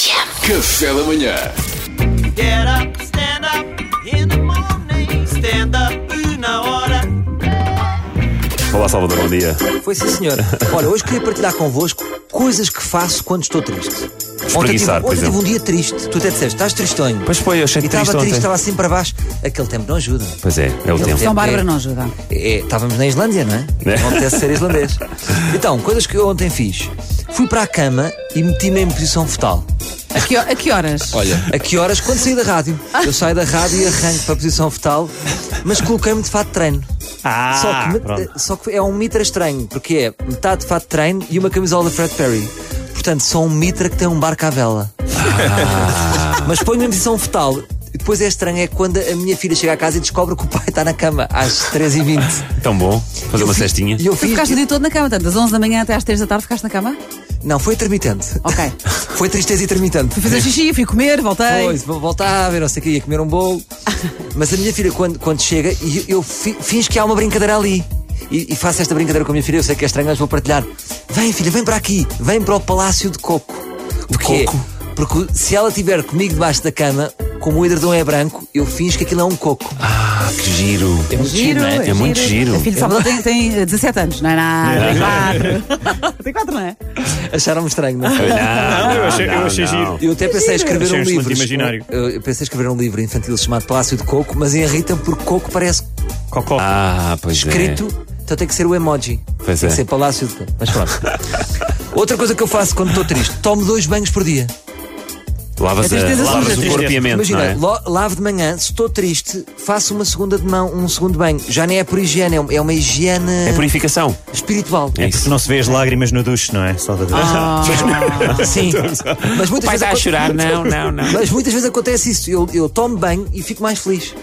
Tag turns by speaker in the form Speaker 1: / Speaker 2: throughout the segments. Speaker 1: Café da manhã.
Speaker 2: Get up, stand up in the morning. Stand up na hora.
Speaker 3: Olá, Salvador, bom dia.
Speaker 4: Foi sim, senhora. Olha, hoje queria partilhar convosco coisas que faço quando estou triste. Ontem tive,
Speaker 3: Espreguiçar, por
Speaker 4: ontem tive
Speaker 3: exemplo.
Speaker 4: um dia triste. Tu até disseste, estás tristonho.
Speaker 3: Pois foi, eu achei
Speaker 4: E estava
Speaker 3: triste ontem.
Speaker 4: triste, estava assim para baixo. Aquele tempo não ajuda.
Speaker 3: Pois é, é o tempo.
Speaker 4: Ele tem-
Speaker 5: São
Speaker 4: É,
Speaker 5: Então, Bárbara
Speaker 4: é.
Speaker 5: não ajuda.
Speaker 4: É, estávamos na Islândia, não é?
Speaker 3: Né?
Speaker 4: Não apetece ser islandês. Então, coisas que eu ontem fiz. Fui para a cama e meti-me em posição fetal.
Speaker 5: A que, ho- a que horas?
Speaker 4: Olha, a que horas? Quando saí da rádio. Eu saio da rádio e arranco para a posição fetal, mas coloquei-me de fato de treino.
Speaker 3: Ah,
Speaker 4: só, que, me-
Speaker 3: pronto.
Speaker 4: só que é um mitra estranho, porque é metade de fato de treino e uma camisola de Fred Perry. Portanto, só um mitra que tem um barco à vela.
Speaker 3: Ah.
Speaker 4: Mas ponho-me em posição fetal. E depois é estranho, é quando a minha filha chega a casa e descobre que o pai está na cama às 3h20.
Speaker 3: Tão bom fazer
Speaker 4: Eu
Speaker 3: uma
Speaker 4: fiz-
Speaker 3: cestinha.
Speaker 4: E eu
Speaker 5: Tu
Speaker 4: fiz.
Speaker 5: ficaste o dia todo na cama, portanto, das 11 da manhã até às 3 da tarde ficaste na cama?
Speaker 4: Não, foi intermitente.
Speaker 5: Ok.
Speaker 4: Foi tristeza intermitente.
Speaker 5: Fui Oh. fazer xixi, fui comer, voltei.
Speaker 4: Pois, vou voltar a ver, não sei o que, ia comer um bolo. Mas a minha filha, quando, quando chega, e eu fi, finjo que há uma brincadeira ali. E, e faço esta brincadeira com a minha filha, eu sei que é estranho, mas vou partilhar. Vem, filha, vem para aqui, vem para o Palácio de Coco. De
Speaker 3: coco?
Speaker 4: Porque se ela estiver comigo debaixo da cama, como o edredom é branco, eu finjo que aquilo é um coco.
Speaker 3: Ah, que giro. É muito não é? É muito giro.
Speaker 5: A filha de Salvador tem, tem eh, 17 anos, não é nada, tem 4. tem 4, não é?
Speaker 4: Acharam-me estranho, não
Speaker 3: Ah.
Speaker 4: foi?
Speaker 3: Não,
Speaker 6: eu achei- eu
Speaker 3: não,
Speaker 6: achei
Speaker 3: não.
Speaker 6: giro.
Speaker 4: Eu até pensei em escrever
Speaker 6: Achei
Speaker 4: um
Speaker 6: um excelente
Speaker 4: livro.
Speaker 6: imaginário.
Speaker 4: Eu eu pensei em escrever um livro infantil chamado Palácio de Coco, mas irrita-me porque coco parece
Speaker 6: Cocó.
Speaker 3: Ah, pois
Speaker 4: escrito, então tem que ser o emoji.
Speaker 3: Pois
Speaker 4: tem
Speaker 3: é.
Speaker 4: que ser Palácio de Coco. Mas pronto. Outra coisa que eu faço quando estou triste, tomo dois banhos por dia.
Speaker 3: é. Lavas,
Speaker 5: A
Speaker 3: a,
Speaker 5: tristeza
Speaker 3: lavas
Speaker 5: suja.
Speaker 3: o corpo e a mente,
Speaker 4: Imagina,
Speaker 3: não é?
Speaker 4: lo- lavo de manhã, se estou triste, faço uma segunda de mão, um segundo banho. Já nem é por higiene, é um- é uma higiene
Speaker 3: É purificação.
Speaker 4: espiritual.
Speaker 3: É
Speaker 6: Porque
Speaker 3: isso.
Speaker 6: não se vê as lágrimas no duche, não é? Salvador.
Speaker 4: Ah. Sim.
Speaker 3: Então,
Speaker 4: Mas muitas,
Speaker 3: tá
Speaker 4: vezes aconte-
Speaker 3: não, não, não.
Speaker 4: mas muitas vezes acontece isso. Eu, eu tomo banho e fico mais feliz.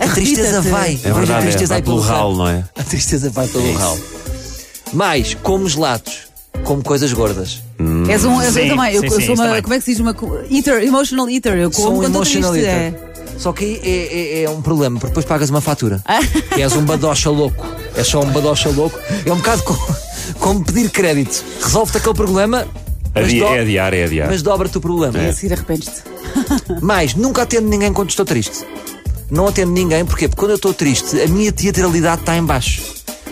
Speaker 4: A tristeza
Speaker 5: Irrita-te.
Speaker 4: vai.
Speaker 3: É
Speaker 4: Vejo a
Speaker 3: verdade, é,
Speaker 4: tristeza
Speaker 3: vai
Speaker 4: aí
Speaker 3: pelo ralo, não é?
Speaker 4: A tristeza vai pelo
Speaker 3: É isso.
Speaker 4: ralo. Mais, como gelados, como coisas gordas.
Speaker 5: És um, és
Speaker 6: Sim,
Speaker 5: eu também. Eu,
Speaker 6: sim,
Speaker 5: eu
Speaker 6: sim,
Speaker 5: sou
Speaker 6: isso
Speaker 5: uma,
Speaker 6: também.
Speaker 5: como é que se diz? Uma co- eater, emotional eater. Eu como
Speaker 4: Sou um
Speaker 5: quando estou
Speaker 4: emotional
Speaker 5: triste.
Speaker 4: eater. Só que aí é, é- é um problema, porque depois pagas uma fatura. E és um badocha louco. É só um badocha louco. É um bocado co- como pedir crédito. Resolve-te aquele problema, mas,
Speaker 3: Adi-
Speaker 4: do-
Speaker 3: É adiar, é adiar.
Speaker 4: mas dobra-te o problema.
Speaker 5: É. E a seguir arrependes-te.
Speaker 4: Mais, nunca atendo ninguém quando estou triste. Não atendo ninguém, porquê? Porque quando eu estou triste, a minha teatralidade está em baixo.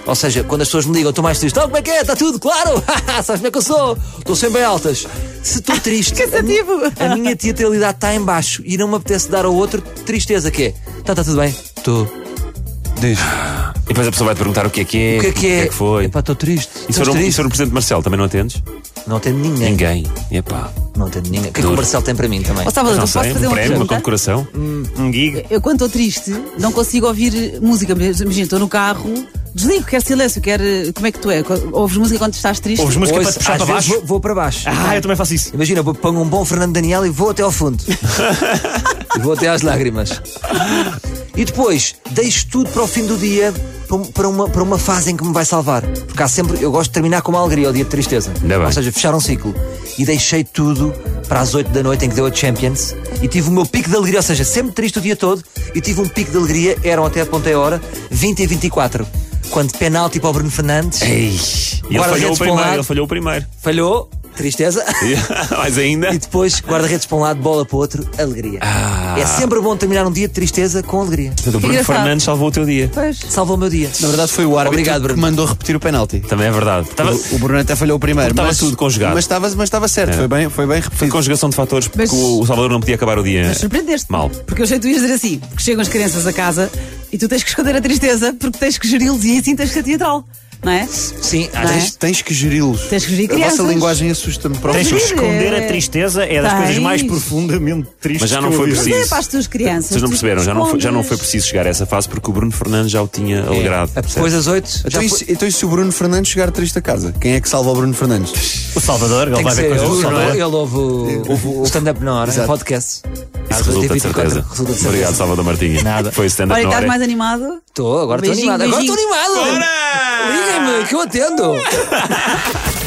Speaker 4: Ou seja, quando as pessoas me ligam, estou mais triste. Não, como é que é? Está tudo, claro! Sabes como é que eu sou? Estou sempre em altas. Se estou triste, a, mi-
Speaker 5: cansativo.
Speaker 4: a minha teatralidade está em baixo e não me apetece dar ao outro tristeza, que é? Está tá tudo bem? Estou. Diz.
Speaker 3: E depois a pessoa vai te perguntar o que é que é,
Speaker 4: O que é que é?
Speaker 3: foi.
Speaker 4: Epá, estou triste.
Speaker 3: E se
Speaker 4: Estás
Speaker 3: for, um, e se
Speaker 4: triste?
Speaker 3: for um presente Marcelo, também não atendes?
Speaker 4: Não atendo ninguém.
Speaker 3: Ninguém. Epá.
Speaker 4: Não atendo ninguém. O que é que o
Speaker 3: Duro.
Speaker 4: Marcelo tem para mim também?
Speaker 5: Ó Salvador,
Speaker 3: Não
Speaker 5: então posso
Speaker 3: sei,
Speaker 5: fazer
Speaker 3: um
Speaker 5: uma
Speaker 3: prémio, uma
Speaker 5: pergunta?
Speaker 3: condecoração?
Speaker 6: Um gig.
Speaker 5: Eu, quando estou triste, não consigo ouvir música. Imagina, estou no carro, desligo, quer silêncio, quer. Como é que tu é? Ouves música quando estás triste?
Speaker 6: Ouves música
Speaker 4: Ouço,
Speaker 6: para te puxar
Speaker 4: às
Speaker 6: para
Speaker 4: vezes
Speaker 6: baixo?
Speaker 4: Vou, vou para baixo.
Speaker 6: Ah, eu também faço isso.
Speaker 4: Imagina, eu ponho um bom Fernando Daniel e vou até ao fundo. e vou até às lágrimas. E depois, deixo tudo para o fim do dia, para um- para uma, para uma fase em que me vai salvar. Porque há sempre, eu gosto de terminar com uma alegria o dia de tristeza.
Speaker 3: Ainda bem.
Speaker 4: Ou seja, fechar um ciclo. E deixei tudo para as 8 da noite em que deu a Champions. E tive o meu pico de alegria, ou seja, sempre triste o dia todo. E tive um pico de alegria, eram até apontei a hora, 20 e 24. Quando penalti para o Bruno Fernandes,
Speaker 3: Ei. E ele falhou
Speaker 4: Guarda-redes
Speaker 3: o
Speaker 4: para um
Speaker 3: primeiro.
Speaker 4: lado.
Speaker 3: Ele falhou o primeiro.
Speaker 4: falhou, tristeza.
Speaker 3: Mas ainda.
Speaker 4: E depois, guarda-redes para um lado, bola para o outro, alegria. É sempre bom terminar um dia de tristeza com alegria.
Speaker 3: O Bruno
Speaker 5: engraçado.
Speaker 3: Fernandes salvou o teu dia.
Speaker 5: Pois.
Speaker 4: Salvou o meu dia.
Speaker 7: Na verdade foi o árbitro
Speaker 4: Obrigado,
Speaker 7: que
Speaker 4: Bruno.
Speaker 7: mandou repetir o penalti.
Speaker 3: Também é verdade. Estava
Speaker 7: O Bruno até falhou o primeiro.
Speaker 3: Estava
Speaker 7: mas-
Speaker 3: tudo conjugado.
Speaker 7: Mas estava, mas estava certo, foi, bem, foi bem
Speaker 3: foi
Speaker 7: repetido.
Speaker 3: conjugação de fatores porque
Speaker 5: Mas-
Speaker 3: o o Salvador não podia acabar o dia.
Speaker 5: Mas surpreendeste
Speaker 3: É. Mal.
Speaker 5: Porque eu sei que tu ias dizer assim, porque chegam as crianças a casa e tu tens que esconder a tristeza porque tens que geri-los e assim tens que ser teatral, não é?
Speaker 4: Sim, às
Speaker 3: Ah,
Speaker 5: Não é?
Speaker 4: vezes.
Speaker 7: Tens, tens que geri-los.
Speaker 5: Tens que gerir
Speaker 7: A
Speaker 5: crianças.
Speaker 7: vossa linguagem assusta-me
Speaker 6: Tens que
Speaker 7: próprio.
Speaker 6: esconder a tristeza é das
Speaker 5: Tens.
Speaker 6: coisas mais profundamente tristes.
Speaker 3: Mas já não
Speaker 6: que eu
Speaker 3: foi
Speaker 6: ouvi.
Speaker 5: Mas
Speaker 3: preciso.
Speaker 5: é para as tuas crianças.
Speaker 3: Vocês não
Speaker 5: tu
Speaker 3: perceberam, já não, foi, já não foi
Speaker 5: respondes.
Speaker 3: preciso chegar a essa fase porque o Bruno Fernandes já o tinha alegrado.
Speaker 4: Depois das 8, já
Speaker 7: Então, e
Speaker 4: foi-
Speaker 7: se- então e se o Bruno Fernandes chegar triste a casa? Quem é que salva o Bruno Fernandes?
Speaker 6: O Salvador, ele
Speaker 4: tem que
Speaker 6: vai ver
Speaker 4: ser. é?
Speaker 6: coisas é? do
Speaker 4: Ele,
Speaker 6: Salvador.
Speaker 4: ele ouve
Speaker 7: Ouve
Speaker 4: o-
Speaker 7: o-
Speaker 4: o stand-up na hora,
Speaker 7: Exato.
Speaker 4: podcast.
Speaker 3: Isso é resulta de certeza.
Speaker 4: Resulta
Speaker 3: Obrigado,
Speaker 4: de certeza.
Speaker 3: Salvador Martinha.
Speaker 4: Nada.
Speaker 3: Foi stand-up
Speaker 5: Olha,
Speaker 3: na
Speaker 5: estás
Speaker 3: hora.
Speaker 5: mais animado?
Speaker 4: Estou, agora estou
Speaker 5: Beijinho,
Speaker 4: animado. Agora estou
Speaker 5: beijinho.
Speaker 4: animado. Liguem-me, que eu atendo.